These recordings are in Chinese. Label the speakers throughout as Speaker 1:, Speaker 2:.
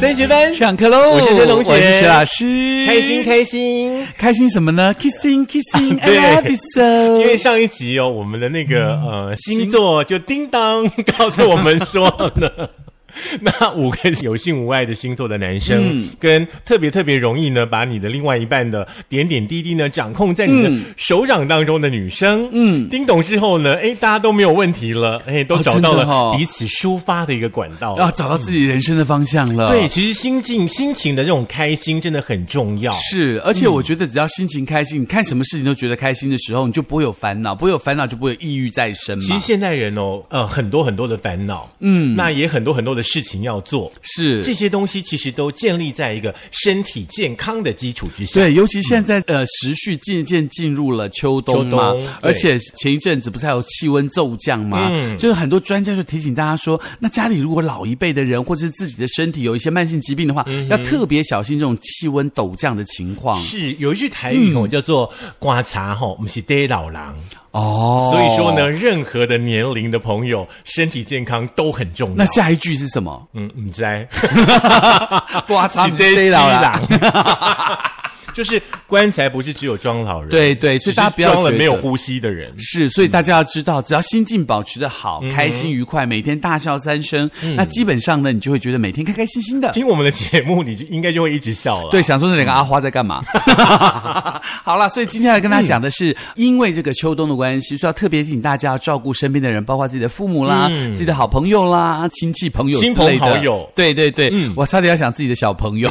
Speaker 1: 三十分，
Speaker 2: 上课喽！
Speaker 1: 我是陈同学
Speaker 2: 我是徐老师，
Speaker 1: 开心开心。
Speaker 2: 开心什么呢？Kissing kissing，I
Speaker 1: 对
Speaker 2: love it so。
Speaker 1: 因为上一集哦，我们的那个呃星座就叮当 告诉我们说呢。 那五个有性无爱的星座的男生，跟特别特别容易呢，把你的另外一半的点点滴滴呢，掌控在你的手掌当中的女生，嗯，叮咚之后呢，哎，大家都没有问题了，哎，都
Speaker 2: 哦
Speaker 1: 找到
Speaker 2: 真的哦
Speaker 1: 了彼此抒发的一个管道。
Speaker 2: 要哦找到自己人生的方向了。
Speaker 1: 啊对，，其实心境、心情的这种开心真的很重要。
Speaker 2: 是，而
Speaker 1: 嗯
Speaker 2: 且我觉得只要心情开心，你看什么事情都觉得开心的时候，你就不会有烦恼，不会有烦恼就不会有抑郁在身
Speaker 1: 其实
Speaker 2: 嘛。
Speaker 1: 现代人哦，
Speaker 2: 嗯
Speaker 1: 呃，很多很多的烦恼，嗯，那也很多很多的事情要做，这
Speaker 2: 是。
Speaker 1: 些东西其实都建立在一个身体健康的基础之上。
Speaker 2: 对，尤其现在、呃，时序渐渐进入了秋冬嘛，
Speaker 1: 秋冬对
Speaker 2: 而且前一阵子不是还有气温骤降嘛，就是很多专家就提醒大家说，那家里如果老一辈的人或者是自己的身体有一些慢性疾病的话，要特别小心这种气温陡降的情况
Speaker 1: 是有一句台语
Speaker 2: 嗯
Speaker 1: 哦，叫做“刮茶吼，我们是得老狼”，
Speaker 2: 哦。
Speaker 1: 所以说呢，，任何的年龄的朋友，身体健康都很重要。
Speaker 2: 那下一句是什么？
Speaker 1: 嗯，唔知，
Speaker 2: 哇，
Speaker 1: 是
Speaker 2: 这老啦。
Speaker 1: 狼，就是棺材不是只有装老人，
Speaker 2: 对对所以
Speaker 1: 只是
Speaker 2: 大家不要
Speaker 1: 装了
Speaker 2: 觉
Speaker 1: 没有
Speaker 2: 得
Speaker 1: 呼吸的人。
Speaker 2: 是，所以大家要知道，只要心境保持的好，开心愉快，每天大笑三声，那基本上呢，你就会觉得每天开开心心的。
Speaker 1: 听我们的节目，你就应该就会一直笑了。
Speaker 2: 对，想说那两个阿花在干 嘛？ 好啦，所以今天要跟大家讲的是，
Speaker 1: 嗯
Speaker 2: 因为这个秋冬的关系，所以要特别请大家要照顾身边的人，包括自己的父母啦、自己的好朋友啦、亲戚朋友之
Speaker 1: 嗯亲
Speaker 2: 类的。
Speaker 1: 朋好友嗯
Speaker 2: 对对对，我差点要想自己的小 朋友。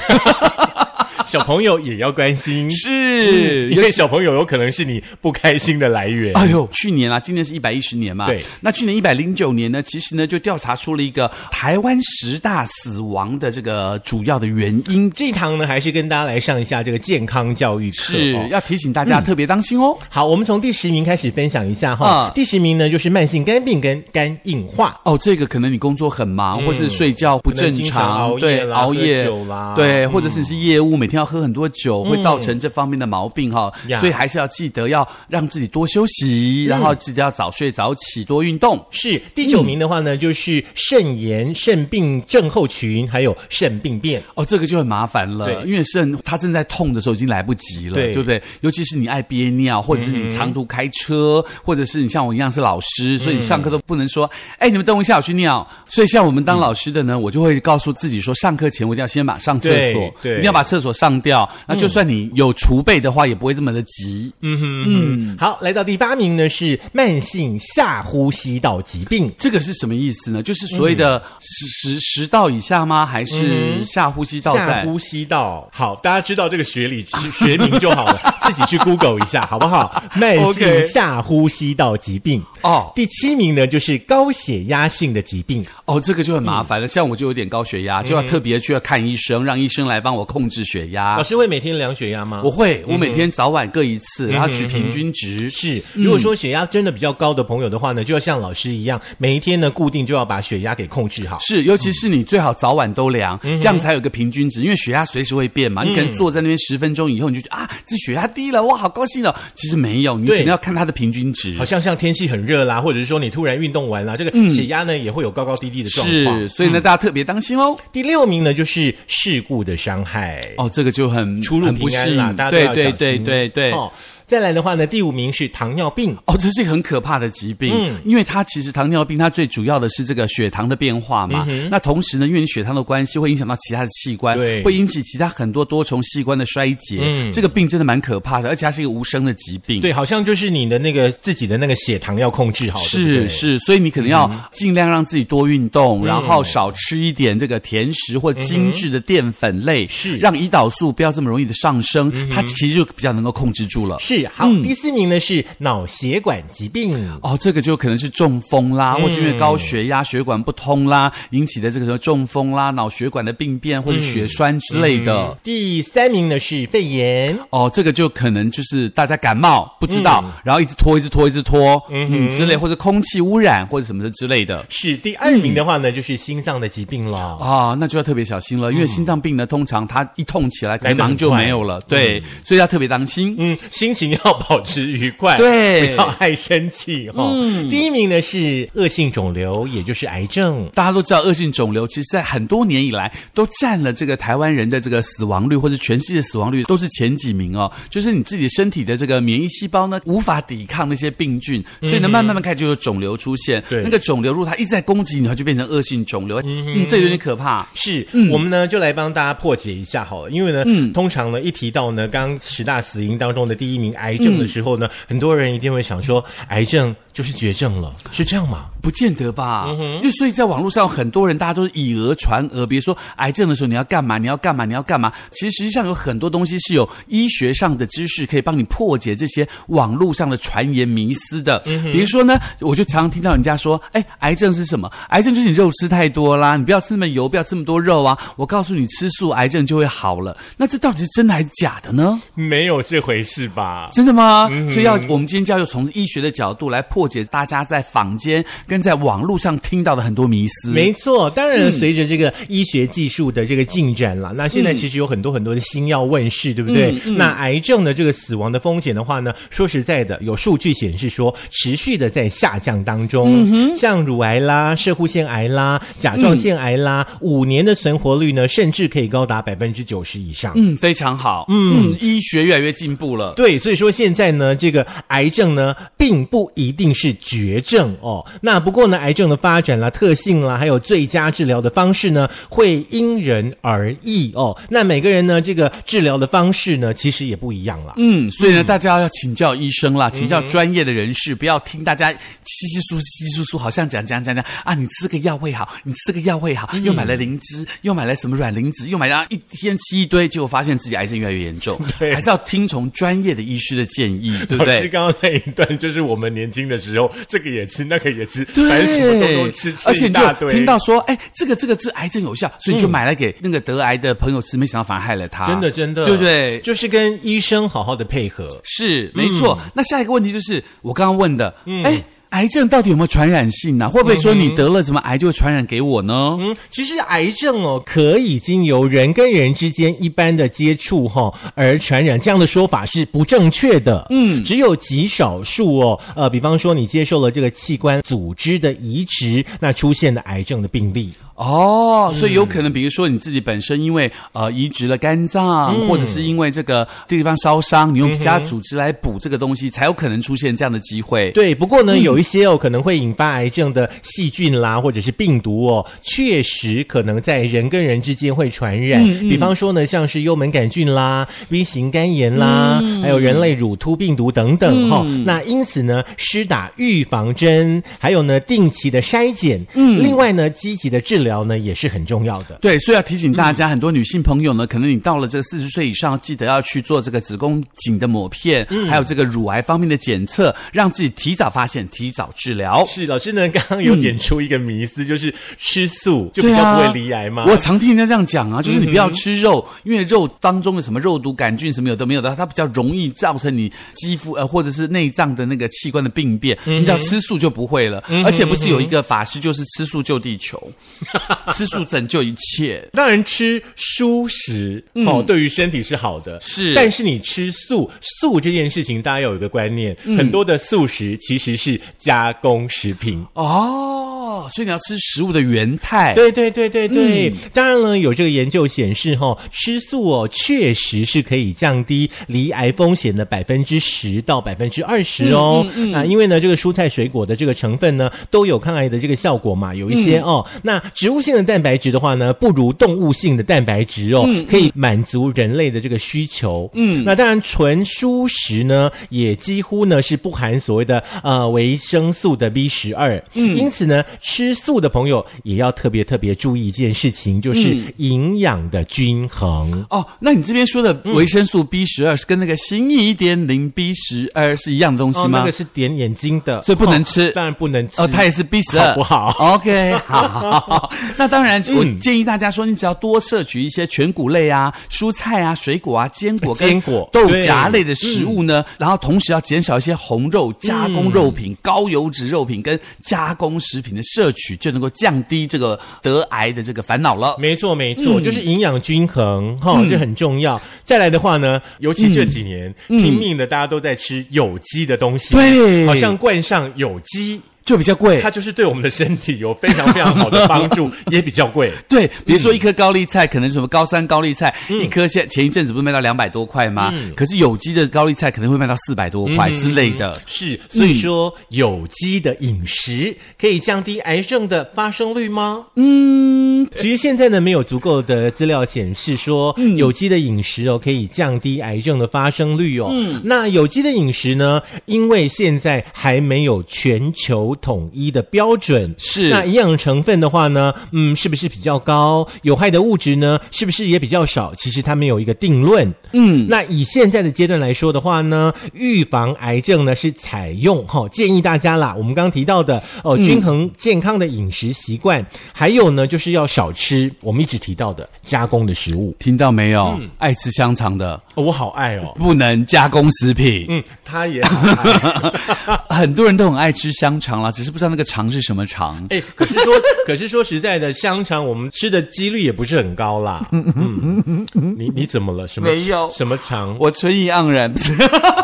Speaker 1: 小朋友也要关心，
Speaker 2: 是
Speaker 1: 因为小朋友有可能是你不开心的来源。
Speaker 2: 哎呦，去年啊，今年是一百一十年嘛。
Speaker 1: 对
Speaker 2: 那去年一百零九年呢，其实呢就调查出了一个台湾十大死亡的这个主要的原因，
Speaker 1: 这一堂呢，还是跟大家来上一下这个健康教育课、
Speaker 2: 是、
Speaker 1: 哦。
Speaker 2: 要提醒大家特别当心哦。
Speaker 1: 好，我们从第十名开始分享一下哈、
Speaker 2: 嗯
Speaker 1: 第十名呢，就是慢性肝病跟肝硬化。
Speaker 2: 哦，这个可能你工作很忙，或是睡觉不正
Speaker 1: 嗯可能经常熬夜
Speaker 2: 对，
Speaker 1: 啦
Speaker 2: 熬夜
Speaker 1: 喝酒啦
Speaker 2: 对，
Speaker 1: 嗯
Speaker 2: 或者是你是业务，每天要喝很多酒，会造成这方面的毛病哈
Speaker 1: 呀。嗯
Speaker 2: 所以还是要记得要让自己多休息，然后记得要早睡早起，多运动。
Speaker 1: 是第九名的话呢，就是肾炎、肾病症候群，还有肾病变。
Speaker 2: 哦，这个就很麻烦了，
Speaker 1: 对
Speaker 2: 因为肾它正在痛的时候已经来不及了，
Speaker 1: 对嗯
Speaker 2: 不对？尤其是你爱憋尿，或者是你长途开车，或者是你像我一样是老
Speaker 1: 嗯
Speaker 2: 师，所以你上课都不能说，哎、你们等我一下，我去尿。所以像我们
Speaker 1: 嗯
Speaker 2: 当老师的呢，我就会告诉自己说，上课前我一定要先把上厕所，
Speaker 1: 对对
Speaker 2: 一定要把厕所上掉。那就算你有储备的话，也不会这么的急。嗯，
Speaker 1: 嗯，好，来到第八名呢是慢性下呼吸道疾病。
Speaker 2: 这个是什么意思呢？就是
Speaker 1: 嗯
Speaker 2: 所谓的十十十道以下吗？还是下呼吸道
Speaker 1: 下
Speaker 2: 在？
Speaker 1: 呼吸道，好，大家知道这个学理学名就好 了，自己去 Google 一下，好不好？慢
Speaker 2: OK
Speaker 1: 性下呼吸道疾病
Speaker 2: 哦
Speaker 1: 第七名呢就是高血压性的疾病，
Speaker 2: 哦，这个就很
Speaker 1: 嗯
Speaker 2: 麻烦了。像我就有点高血压，就要特别去看医生，让医生来帮我控制血压
Speaker 1: 老。师会每天量血压吗？
Speaker 2: 我会，我每
Speaker 1: 嗯
Speaker 2: 天早晚各一次，然后取平均值。
Speaker 1: 是，如果说血压真的比较高的朋友的话呢，就要像老师一样，每一天呢固定就要把血压给控制好。
Speaker 2: 是，尤其是你最好早晚都量，
Speaker 1: 嗯
Speaker 2: 这样才有个平均值。因为血压随时会变嘛，你可能坐在那边十分钟以后，你就觉得啊，这血压低了，哇，好高兴哦。其实没有，你可
Speaker 1: 对
Speaker 2: 能要看它的平均值
Speaker 1: 好。像像天气很热啦，或者是说你突然运动完啦，这个血压呢、也会有高高低低的状况嗯
Speaker 2: 是，。所以呢，大家特别当心哦。
Speaker 1: 第六名呢就是事故的伤害，
Speaker 2: 哦，这个就很
Speaker 1: 出入
Speaker 2: 很不
Speaker 1: 平安
Speaker 2: 幸
Speaker 1: 啦，，大家都
Speaker 2: 对
Speaker 1: 要
Speaker 2: 对
Speaker 1: 小
Speaker 2: 对
Speaker 1: 心
Speaker 2: 对对。
Speaker 1: 哦，再来的话呢，第五名是糖尿病。
Speaker 2: 哦，这是一个很可怕的疾病，
Speaker 1: 嗯
Speaker 2: 因为它其实糖尿病它最主要的是这个血糖的变化嘛。
Speaker 1: 嗯
Speaker 2: 那同时呢，因为你血糖的关系，会影响到其他的器官，
Speaker 1: 对嗯
Speaker 2: 会引起其他很多多重器官的衰竭。这个病真的蛮可怕的，而且它是一个无声的疾病。
Speaker 1: 对，好像就是你的那个自己的那个血糖要控制好，对不
Speaker 2: 是
Speaker 1: 对嗯
Speaker 2: 是，所以你可能要尽量让自己多运动，然后少吃一点这个甜食或精致的淀粉类，
Speaker 1: 嗯是嗯
Speaker 2: 让胰岛素不要这么容易的上升，它其实就比较能够控制住了。
Speaker 1: 是好，第四名呢是脑血管疾病。
Speaker 2: 嗯哦，这个就可能是中风啦，
Speaker 1: 嗯
Speaker 2: 或是因为高血压、血管不通啦引起的这个什么中风啦、脑血管的病变或者血栓之类的。
Speaker 1: 嗯第三名呢是肺炎，
Speaker 2: 哦，这个就可能就是大家感冒不知
Speaker 1: 嗯
Speaker 2: 道，然后一直拖、一直拖、一直拖，嗯之类，或者空气污染或者什么的之类的。
Speaker 1: 是第二
Speaker 2: 嗯
Speaker 1: 名的话呢，就是心脏的疾病了。
Speaker 2: 啊、那就要特别小心了，因为心脏病呢，通常它一痛起来，可
Speaker 1: 嗯来
Speaker 2: 能
Speaker 1: 得很
Speaker 2: 忙就
Speaker 1: 快嗯
Speaker 2: 没有了，对，所以要特别当心。
Speaker 1: 嗯，心情情要保持愉快，
Speaker 2: 对嗯
Speaker 1: 不要爱生气哦。第一名呢是恶性肿瘤，也就是癌症。
Speaker 2: 大家都知道，恶性肿瘤其实在很多年以来都占了这个台湾人的这个死亡率，或者全世界死亡率都是前几名哦。就是你自己身体的这个免疫细胞呢，无法抵抗那些病菌，所以呢，慢慢慢开始就有肿瘤出现。
Speaker 1: 对
Speaker 2: 那个肿瘤如果它一直在攻击你，它就变成恶性肿瘤。嗯，这有点可怕。
Speaker 1: 是、我们呢就来帮大家破解一下好了，因为呢，通常呢一提到呢刚刚十大死因当中的第一名癌症的时候呢，很多人一定会想说，癌症就是绝症了，是这样吗？
Speaker 2: 不见得吧，因为所以在网络上很多人大家都是以讹传讹，比如说癌症的时候你要干嘛，你要干嘛，你要干嘛。其实实际上有很多东西是有医学上的知识可以帮你破解这些网络上的传言迷思的。比如说呢，我就常常听到人家说，哎，癌症是什么？癌症就是你肉吃太多啦，你不要吃那么油，不要吃那么多肉啊。我告诉你，吃素癌症就会好了。那这到底是真的还是假的呢？
Speaker 1: 没有这回事吧？
Speaker 2: 真的吗？
Speaker 1: 嗯
Speaker 2: 所以要我们今天就要从医学的角度来破解大家在坊间跟在网络上听到的很多迷思。
Speaker 1: 没错，当然随着这个医学技术的这个进展啦，那现在其实有很多很多的新药问世，对不对？那癌症的这个死亡的风险的话呢，说实在的，有数据显示说持续的在下降当中，像乳癌啦、射护腺癌啦、甲状腺癌啦，五年的存活率呢，甚至可以高达百分之九十以上。
Speaker 2: 嗯，非常好。嗯，医学越来越进步了。
Speaker 1: 对，所以说现在呢，这个癌症呢，并不一定是绝症哦。那不过呢，癌症的发展啦、特性啦，还有最佳治疗的方式呢，会因人而异哦。那每个人呢，这个治疗的方式呢，其实也不一样啦。
Speaker 2: 嗯，所以呢，大家要请教医生
Speaker 1: 嗯
Speaker 2: 啦，请教专业的人士，不要听大家稀稀疏稀稀疏疏，好像讲讲讲讲啊，你吃个药会好，你吃个药会好，
Speaker 1: 嗯
Speaker 2: 又买了灵芝，又买了什么软灵芝，又买了一天吃一堆，结果发现自己癌症越来越严重，
Speaker 1: 对
Speaker 2: 还是要听从专业的医师的建议，对不
Speaker 1: 老师
Speaker 2: 对？
Speaker 1: 刚刚那一段，就是我们年轻的时候，这个也吃，那个也吃，
Speaker 2: 对，
Speaker 1: 反正什么都都吃，吃
Speaker 2: 而且
Speaker 1: 一
Speaker 2: 你
Speaker 1: 大
Speaker 2: 就
Speaker 1: 堆。
Speaker 2: 听到说，哎，这个这个治癌症有效，所以你就买来给那个得癌的朋友吃，没想到反而害了他，
Speaker 1: 真的真的，
Speaker 2: 对不对？
Speaker 1: 就是跟医生好好的配合。
Speaker 2: 是，没错。那下一个问题就是我刚刚问的，
Speaker 1: 嗯
Speaker 2: 哎、癌症到底有没有传染性呢、会不会说你得了什么癌就会传染给我呢？
Speaker 1: 嗯，其实癌症哦，可以经由人跟人之间一般的接触哈、而传染，这样的说法是不正确的。嗯，只有极少数哦，呃，比方说你接受了这个器官组织的移植，那出现的癌症的病例，
Speaker 2: 哦，所以有可能，比如说你自己本身因为呃移植了肝脏，
Speaker 1: 嗯
Speaker 2: 或者是因为这个地方烧伤，你用其他组织来补这个东西，才有可能出现这样的机会。
Speaker 1: 对，不过呢，有一些哦可能会引发癌症的细菌啦，或者是病毒哦，确实可能在人跟人之间会传染。
Speaker 2: 嗯
Speaker 1: 比方说呢，像是幽门杆菌啦、B 型肝炎啦，
Speaker 2: 嗯
Speaker 1: 还有人类乳突病毒等等哈、那因此呢，施打预防针，还有呢定期的筛检，嗯，另外呢，积极的治疗呢也是很重要的。
Speaker 2: 对，所以要提醒大家，
Speaker 1: 嗯
Speaker 2: 很多女性朋友呢，可能你到了这四十岁以上，记得要去做这个子宫颈的抹片，
Speaker 1: 嗯
Speaker 2: 还有这个乳癌方面的检测，让自己提早发现，提早治疗。
Speaker 1: 是老师呢，刚刚有点出一个迷思，就是吃素就比
Speaker 2: 对
Speaker 1: 较
Speaker 2: 啊，
Speaker 1: 不会离癌嗯吗？
Speaker 2: 我常听人家这样讲啊，就是你不要吃肉，因为肉当中的什么肉毒杆菌什么有的没有的，它比较容易造成你肌肤呃或者是内脏的那个器官的病变。
Speaker 1: 嗯
Speaker 2: 你只要吃素就不会了，而且不是有一个法师就是吃素救地球， 吃素拯救一切。
Speaker 1: 当然吃蔬食、哦，对于身体是好的，
Speaker 2: 是
Speaker 1: 但是你吃素，素这件事情大家要有一个观念，很多的素食其实是加工食品。
Speaker 2: 哦，所以你要吃食物的原态。
Speaker 1: 对对对对对，嗯当然了，有这个研究显示，哈，吃素哦，确实是可以降低罹癌风险的百分之十到百分之二十哦。啊，因为呢，这个蔬菜水果的这个成分呢，都有抗癌的这个效果嘛，有一些哦。那植物性的蛋白质的话呢，不如动物性的蛋白质哦，
Speaker 2: 嗯
Speaker 1: 可以满足人类的这个需求。嗯，那当然，纯蔬食呢，也几乎呢是不含所谓的呃维生素的 B 十二。嗯，因此呢，吃素的朋友也要特别特别注意一件事情，就是
Speaker 2: 嗯
Speaker 1: 营养的均衡。
Speaker 2: 哦，那你这边说的
Speaker 1: 嗯
Speaker 2: 维生素 B 十二是跟那个新意一点零 B 十二是一样的东西
Speaker 1: 哦，那
Speaker 2: 吗
Speaker 1: 个？是点眼睛的，
Speaker 2: 所以不能吃
Speaker 1: 哦当然不能吃。
Speaker 2: 哦，它也是 B 十二，
Speaker 1: 好不好 嗯
Speaker 2: ？OK，好好好。那当然，我建议大家说，你只要多摄取一些全谷类啊、蔬菜啊、水果啊、坚果、
Speaker 1: 坚果
Speaker 2: 豆荚类的食物呢，然后同时要减少一些红肉、加工肉
Speaker 1: 嗯
Speaker 2: 品、高油脂肉品跟加工食品的摄取，就能够降低这个得癌的这个烦恼了。
Speaker 1: 没错，没错，就是营养均衡哈、这很重要。再来的话呢，尤其这几年、拼命的，大家都在吃有机的东西，
Speaker 2: 对
Speaker 1: 好像冠上有机。
Speaker 2: 就比较贵
Speaker 1: 它，就是对我们的身体有非常非常好的帮助，也比较贵。
Speaker 2: 对，比如
Speaker 1: 嗯
Speaker 2: 说一颗高丽菜，可能什么高山高丽菜，一颗现前一阵子不是卖到两百多块吗？
Speaker 1: 嗯
Speaker 2: 可是有机的高丽菜可能会卖到四百多块之类的。
Speaker 1: 是，所以说有机的饮食可以降低癌症的发生率吗？嗯， 其实现在呢，没有足够的资料显示说有机的饮食哦可以降低癌症的发生率哦。嗯，那有机的饮食呢，因为现在还没有全球统一的标准，
Speaker 2: 是
Speaker 1: 那营养成分的话呢，嗯，是不是比较高？有害的物质呢，是不是也比较少？其实它没有一个定论。嗯，那以现在的阶段来说的话呢，预防癌症呢是采用哈、建议大家啦，我们刚刚提到的哦，均衡健康的饮食习惯，还有呢就是要少吃我们一直提到的加工的食物。
Speaker 2: 听到没有？
Speaker 1: 嗯
Speaker 2: 爱吃香肠的
Speaker 1: 哦、我好爱哦，
Speaker 2: 不能加工食品。
Speaker 1: 嗯，他 也好爱。
Speaker 2: 很多人都很爱吃香肠啦，只是不知道那个肠是什么肠。
Speaker 1: 哎、可是说，可是说实在的，香肠我们吃的几率也不是很高啦。嗯，你你怎么了？什么
Speaker 2: 没有
Speaker 1: 什么肠？
Speaker 2: 我春意盎然，
Speaker 1: 嗯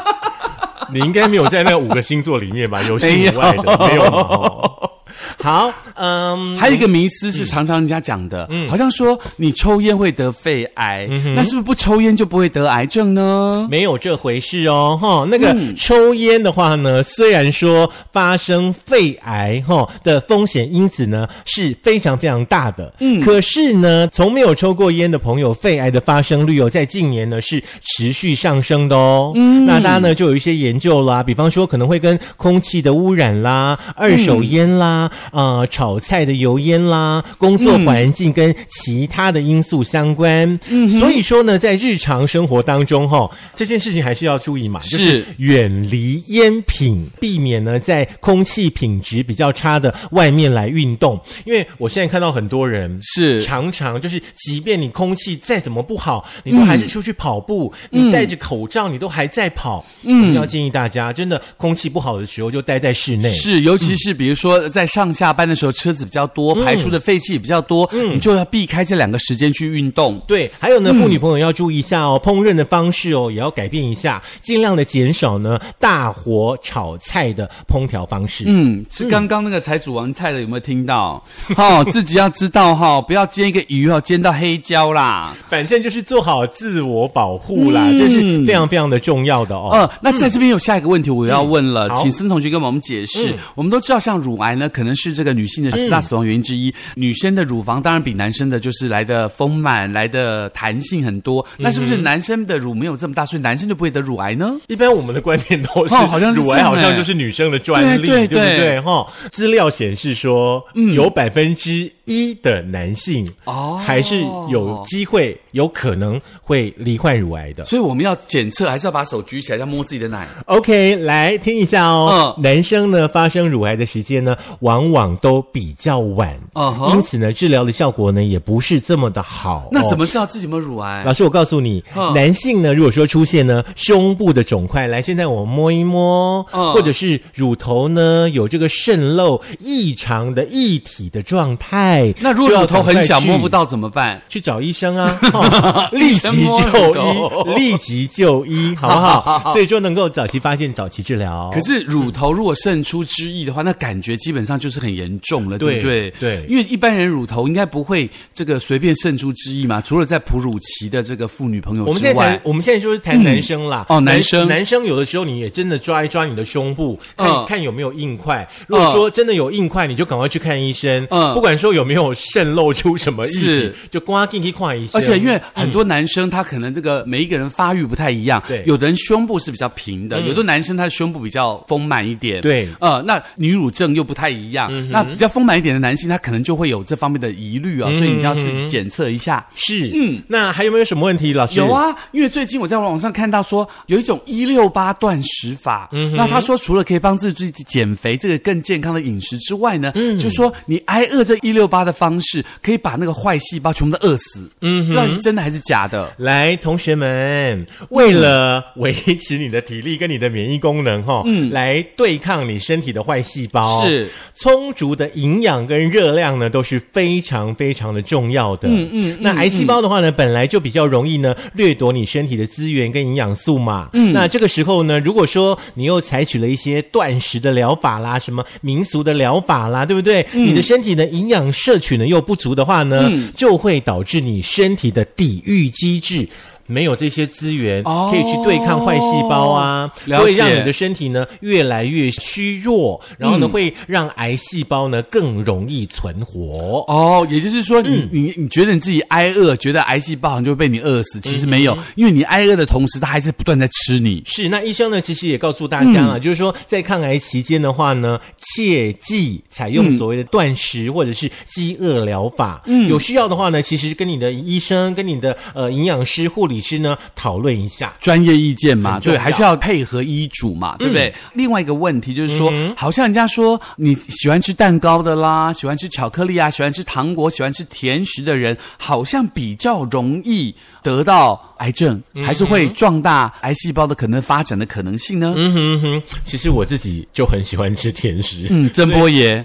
Speaker 1: 你应该没有在那五个星座里 面吧？有心以外的没有嘛。哦 好，嗯，
Speaker 2: 还有一个迷思是常常人家讲的，好像说你抽烟会得肺癌，
Speaker 1: 嗯
Speaker 2: 那是不是不抽烟就不会得癌症呢？
Speaker 1: 没有这回事哦，哈、那个抽烟的话呢，虽然说发生肺癌哈、的风险因子呢是非常非常大的，嗯，可是呢，从没有抽过烟的朋友，肺癌的发生率哦，在近年呢是持续上升的哦。嗯，那大家呢就有一些研究啦，比方说可能会跟空气的污染啦、二手烟啦、啊、炒菜的油烟啦、工作环境跟其他的因素相关。嗯，所以说呢，在日常生活当中哈、这件事情还是要注意嘛，就是远离烟品，避免呢在空气品质比较差的外面来运动。因为我现在看到很多人
Speaker 2: 是
Speaker 1: 常常就是，即便你空气再怎么不好，你
Speaker 2: 嗯
Speaker 1: 都还是出去跑步，你戴着口罩，你都还在跑。嗯，要建议大家，真的空气不好的时候就待在室内。
Speaker 2: 是，尤其是比如说在上下班的时候，车子比较多，
Speaker 1: 嗯
Speaker 2: 排出的废气也比较多，你就要避开这两个时间去运动。
Speaker 1: 对，还有呢，妇女朋友要注意一下哦，烹饪的方式哦也要改变一下，尽量的减少呢大火炒菜的烹调方式。
Speaker 2: 嗯，是刚刚那个才煮完菜的有没有听到？ 哦，自己要知道哈、不要煎一个鱼哦，煎到黑焦啦。
Speaker 1: 反正就是做好自我保护啦，
Speaker 2: 嗯
Speaker 1: 这是非常非常的重要的哦。
Speaker 2: 呃，那在这边有下一个问题我要问了，
Speaker 1: 嗯好嗯
Speaker 2: 请孙同学跟我们解释。我们都知道，像乳癌呢，可能是这个女性的十大死亡原因之一。女生的乳房当然比男生的就是来的丰满，来的弹性很多。那是不是
Speaker 1: 嗯
Speaker 2: 男生的乳没有这么大，所以男生就不会得乳癌呢？
Speaker 1: 一般我们的观点都是，
Speaker 2: 哦好像是
Speaker 1: 乳
Speaker 2: 这
Speaker 1: 癌
Speaker 2: 样
Speaker 1: 好像
Speaker 2: 欸
Speaker 1: 就是女生的专利，
Speaker 2: 对对
Speaker 1: 对不
Speaker 2: 对
Speaker 1: 对？哈、资料显示说，有百分之一的男性
Speaker 2: 哦
Speaker 1: 还是有机会、有可能会罹患乳癌的。
Speaker 2: 所以我们要检测，还是要把手举起来，要摸自己的奶？
Speaker 1: 哦 OK，来听一下哦。
Speaker 2: 嗯
Speaker 1: 男生呢发生乳癌的时间呢，往往都比较晚，
Speaker 2: 嗯哼
Speaker 1: 因此呢，治疗的效果呢也不是这么的好。哦
Speaker 2: 那怎
Speaker 1: 么？
Speaker 2: 么知道自己有没有乳癌？
Speaker 1: 老师，我告诉你
Speaker 2: 嗯，
Speaker 1: 男性呢，如果说出现呢胸部的肿块，来，现在我摸一摸，
Speaker 2: 嗯
Speaker 1: 或者是乳头呢有这个渗漏异常的液体的状态，
Speaker 2: 那如果
Speaker 1: 就要
Speaker 2: 乳头很小
Speaker 1: 赶快去
Speaker 2: 摸不。到怎么办？
Speaker 1: 去找医生 啊，哦立即
Speaker 2: 摸乳头
Speaker 1: 就医，立即就医，好 不好？所以说能够早期发现，早期治疗。
Speaker 2: 可是乳头如果渗出汁液的话，那感觉基本上就是很严重了，对
Speaker 1: 对
Speaker 2: 不对？
Speaker 1: 对
Speaker 2: 因为一般人乳头应该不会这个随便渗出汁液嘛，除了在哺乳期的这个妇女朋友
Speaker 1: 我们
Speaker 2: 之
Speaker 1: 现在谈
Speaker 2: 外，。
Speaker 1: 我们现在就是谈男生啦。
Speaker 2: 嗯哦男生
Speaker 1: 男生有的时候你也真的抓一抓你的胸部，看、
Speaker 2: 嗯
Speaker 1: 看有没有硬块。如果说真的有硬块，你就赶快去看医生。
Speaker 2: 嗯
Speaker 1: 不管说有没有渗漏出什么异
Speaker 2: 是
Speaker 1: 体，就刮进去看医生。
Speaker 2: 而且，因为很多男生他可能这个每一个人发育不太一样，
Speaker 1: 对嗯
Speaker 2: 有的人胸部是比较平的，有的男生他的胸部比较丰满一点，
Speaker 1: 对嗯
Speaker 2: 呃，那女乳症又不太一样，那比较丰满一点的男性他可能就会有这方面的疑虑
Speaker 1: 嗯
Speaker 2: 啊、所以你要自己检测一下。
Speaker 1: 是嗯，那还有没有什么问题，老师？
Speaker 2: 有，啊，因为最近我在网上看到说有一种一六八断食法，
Speaker 1: 嗯
Speaker 2: 那他
Speaker 1: 嗯
Speaker 2: 说除了可以帮助自己减肥这个更健康的饮食之外呢，就说你挨饿这一六八巴的方式，可以把那个坏细胞全部都饿死。嗯，不知道是真的还是假的。
Speaker 1: 来，同学们，为了维持你的体力跟你的免疫功能，哈，嗯，来对抗你身体的坏细胞，
Speaker 2: 是
Speaker 1: 充足的营养跟热量呢，都是非常非常的重要的。嗯嗯，那癌细胞的话呢，本来就比较容易呢掠夺你身体的资源跟营养素嘛。嗯，那这个时候呢，如果说你又采取了一些断食的疗法啦，什么民俗的疗法啦，对不对？你的身体的营养摄取呢又不足的话呢，就会导致你身体的抵御机制。没有这些资源，
Speaker 2: 哦
Speaker 1: 可以去对抗坏细胞啊，
Speaker 2: 了解
Speaker 1: 所以让你的身体呢越来越虚弱，然后呢、会让癌细胞呢更容易存活。
Speaker 2: 哦，也就是说你，
Speaker 1: 嗯
Speaker 2: 你你觉得你自己挨饿，觉得癌细胞好像就会被你饿
Speaker 1: 嗯
Speaker 2: 死，其实没有，因为你挨饿的同时，它还是不断在吃你。
Speaker 1: 是，那医生呢，其实也告诉大家啊了，就是说，在抗癌期间的话呢，切忌采用所谓的断食或者是饥饿疗法。嗯，有需要的话呢，其实跟你的医生、跟你的呃营养师、护理师呢讨论一下。
Speaker 2: 专业意见嘛，
Speaker 1: 很重
Speaker 2: 对，
Speaker 1: 要嗯
Speaker 2: 还是要配合医嘱嘛，对不对？另外一个问题就是说，好像人家说你喜欢吃蛋糕的啦，喜欢吃巧克力啊，喜欢吃糖果，喜欢吃甜食的人，好像比较容易得到癌症，
Speaker 1: 嗯
Speaker 2: 还是会壮大癌细胞的可能发展的可能性呢？嗯
Speaker 1: 嗯哼哼，其实我自己就很喜欢吃甜食。
Speaker 2: 嗯郑波爷，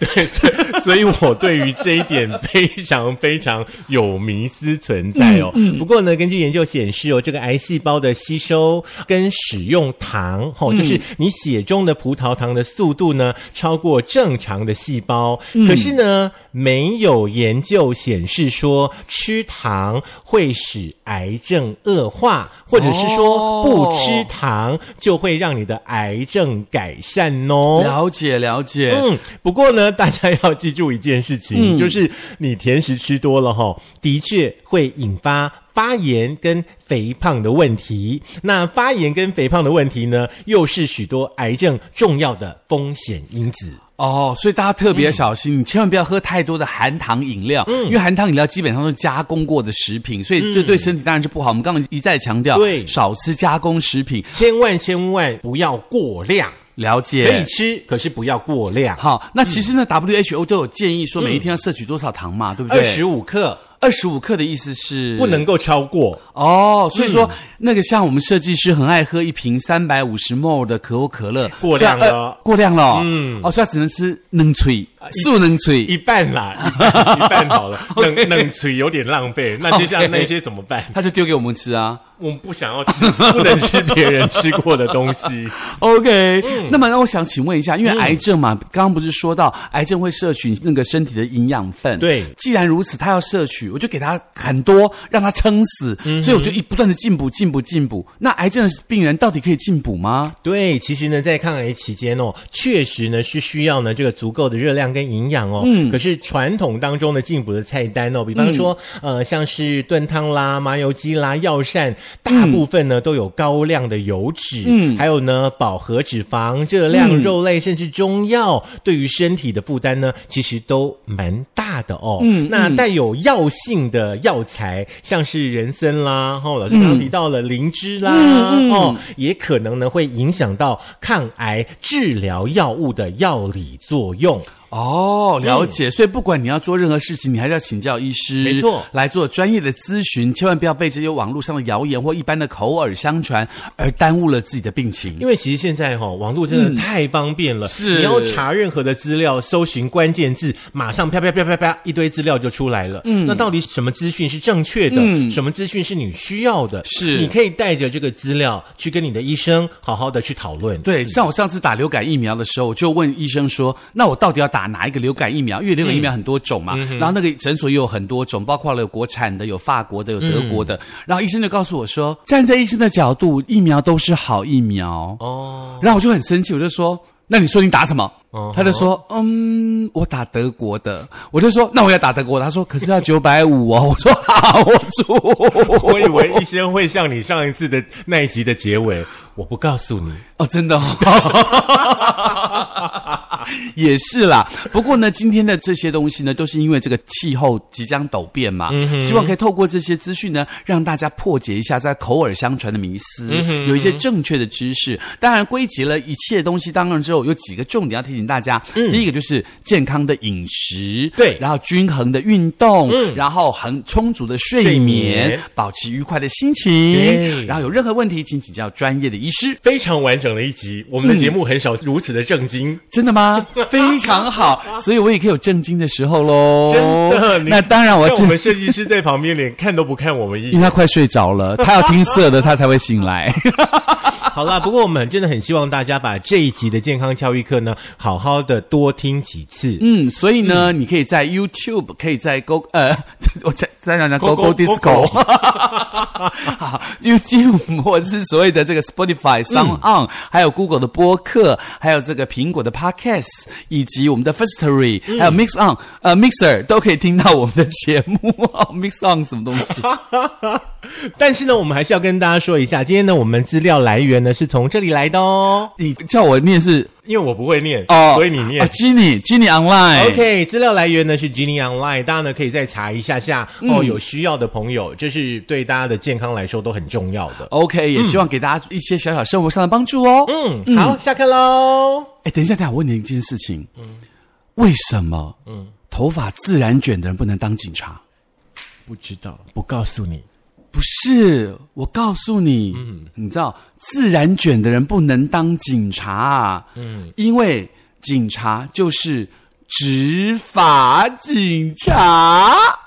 Speaker 1: 所以我对于这一点非常非常有迷思存在哦。不过呢，根据研究显示哦，这个癌细胞的吸收跟使用糖，哦，就是你血中的葡萄糖的速度呢，超过正常的细胞。可是呢，没有研究显示说吃糖会使癌症恶化，或者是说不吃糖就会让你的癌症改善哦。
Speaker 2: 了解了解，
Speaker 1: 嗯，不过呢，大家要记住一件事情，就是你甜食吃多了哈、的确会引发。发炎跟肥胖的问题，那发炎跟肥胖的问题呢，又是许多癌症重要的风险因子。
Speaker 2: 哦，所以大家特
Speaker 1: 嗯
Speaker 2: 别小心，你千万不要喝太多的含糖饮料，因为含糖饮料基本上都是加工过的食品，所以这对身体当然是不好。我们刚刚一再强调，
Speaker 1: 对
Speaker 2: 少吃加工食品，
Speaker 1: 千万千万不要过量，
Speaker 2: 了
Speaker 1: 可以
Speaker 2: 解。
Speaker 1: 吃，可是不要过量。
Speaker 2: 好，那其实呢、w h o 都有建议说每一天要摄取多少糖嘛，对不
Speaker 1: 嗯二
Speaker 2: 对？
Speaker 1: 十五克
Speaker 2: 二十五克的意思是
Speaker 1: 不能够嗯超过。
Speaker 2: 哦，所以说、那个像我们设计师很爱喝一瓶三百五十 ml 的可口可乐，
Speaker 1: 过量了
Speaker 2: 所以呃过量了、嗯，哦，所以他只能吃能吹，素能吹，
Speaker 1: 啊一半啦，一半一半好了，冷冷嘴有点浪费。那接下来那些怎么办？
Speaker 2: 他就丢给我们吃啊。
Speaker 1: 我们不想要吃，不能吃别人吃过的东西。
Speaker 2: OK，、那么那我想请问一下，因为癌症嘛，刚刚不是说到癌症会摄取那个身体的营养分？
Speaker 1: 对
Speaker 2: 既然如此，他要摄取，我就给他很多，让他撑死。所以我就一不断的进补、进补、进补。那癌症的病人到底可以进补吗？
Speaker 1: 对，其实呢，在抗癌期间哦，确实呢是需要呢这个足够的热量跟营养哦。嗯，可是传统当中的进补的菜单哦，比方说、呃像是炖汤啦、麻油鸡啦、药膳，大部分呢、都有高量的油脂，嗯，还有呢饱和脂肪、热量、肉类甚至中药，对于身体的负担呢，其实都蛮大的哦。嗯，那带有药性的药材，像是人参啦，哦，老师刚刚提到了灵芝啦，哦，也可能呢会影响到抗癌治疗药物的药理作用。
Speaker 2: 哦，了解。所以不管你要做任何事情，你还是要请教医师，
Speaker 1: 没错
Speaker 2: 来做专业的咨询，千万不要被这些网络上的谣言或一般的口耳相传而耽误了自己的病情。
Speaker 1: 因为其实现在哈、哦，网络真的太方便了，
Speaker 2: 是
Speaker 1: 你要查任何的资料，搜寻关键字，马上啪啪啪啪啪一堆资料就出来了。嗯，那到底什么资讯是正确的？什么资讯是你需要的？
Speaker 2: 是
Speaker 1: 你可以带着这个资料去跟你的医生好好的去讨论。
Speaker 2: 对，像我上次打流感疫苗的时候，我就问医生说：“那我到底要打哪一个流感疫苗？因为流感疫苗很多种
Speaker 1: 嗯
Speaker 2: 嘛，然后那个诊所也有很多种，包括了有国产的、有法国的、有德国
Speaker 1: 嗯
Speaker 2: 的。然后医生就告诉我说，站在医生的角度，疫苗都是好疫苗。
Speaker 1: 哦，
Speaker 2: 然后我就很生气，我就说：“那你说你打什么？”
Speaker 1: 哦
Speaker 2: 他就说：“嗯，我打德国的。”我就说：“那我要打德国的。”他说：“可是要九百五哦。”我说：“好，我出。”
Speaker 1: 我以为医生会像你上一次的那
Speaker 2: 哦
Speaker 1: 一集的结尾，我不告诉你。
Speaker 2: 哦，真的哦。 也是啦。不过呢，今天的这些东西呢，都是因为这个气候即将陡变嘛，
Speaker 1: 嗯
Speaker 2: 希望可以透过这些资讯呢，让大家破解一下在口耳相传的迷思，
Speaker 1: 嗯
Speaker 2: 有一些正确的知识。当然，归结了一切东西当中之后，有几个重点要提醒大家。第一个就是健康的饮食，
Speaker 1: 嗯对嗯
Speaker 2: 然后均衡的运动，然后很充足的睡
Speaker 1: 睡
Speaker 2: 眠，
Speaker 1: 眠
Speaker 2: 保持愉快的心
Speaker 1: 对
Speaker 2: 情。然后有任何问题，请请教专业的医师。
Speaker 1: 非常完整的一集，我们的节目很少如此的震惊。
Speaker 2: 真的 吗？非常好，所以我也可以有震惊的时候喽。
Speaker 1: 真的你
Speaker 2: 那当然我要
Speaker 1: 像我
Speaker 2: 震，
Speaker 1: 们设计师在旁边连看都不看我们一
Speaker 2: 因为
Speaker 1: 眼。
Speaker 2: 他快睡着 了，他要听色的，他才会醒来。
Speaker 1: 好啦，不过我们真的很希望大家把这一集的健康教育课呢，好好的多听几次。
Speaker 2: 嗯，所以呢，你可以在 YouTube，可以在 Go 呃， 我在在讲讲 Go Go
Speaker 1: Go- Go-
Speaker 2: Disco，
Speaker 1: Go-
Speaker 2: 好 YouTube 或者是所谓的这个
Speaker 1: 嗯
Speaker 2: Spotify、Sound On，、还有 Google 的播客，还有这个苹果的 Podcast，以及我们的 Firstory，、还有
Speaker 1: 嗯
Speaker 2: Mix On 呃 Mixer 都可以听到我们的节目。Mix On 什么东西？
Speaker 1: 但是呢，我们还是要跟大家说一下，今天呢，我们资料来源呢是从这里来的哦，
Speaker 2: 你叫我念是
Speaker 1: 因为我不会念
Speaker 2: 哦，
Speaker 1: 所以你念
Speaker 2: 哦。Ginny Ginny Online。
Speaker 1: OK，资料来源呢是 Genie Online，大家呢可以再查一下下、哦。有需要的朋友，这是对大家的健康来说都很重要的。
Speaker 2: OK，也希望给大家一些小小生活上的帮助哦。
Speaker 1: 嗯，好，下课喽。
Speaker 2: 哎，等一下，等一下，我问你一件事情，
Speaker 1: 嗯
Speaker 2: 为什么，嗯，头发自然卷的人不能当警察？
Speaker 1: 不知道，不告诉你。
Speaker 2: 不是，我告诉你，嗯，你知道，自然卷的人不能当警察啊，嗯，因为警察就是执法警察。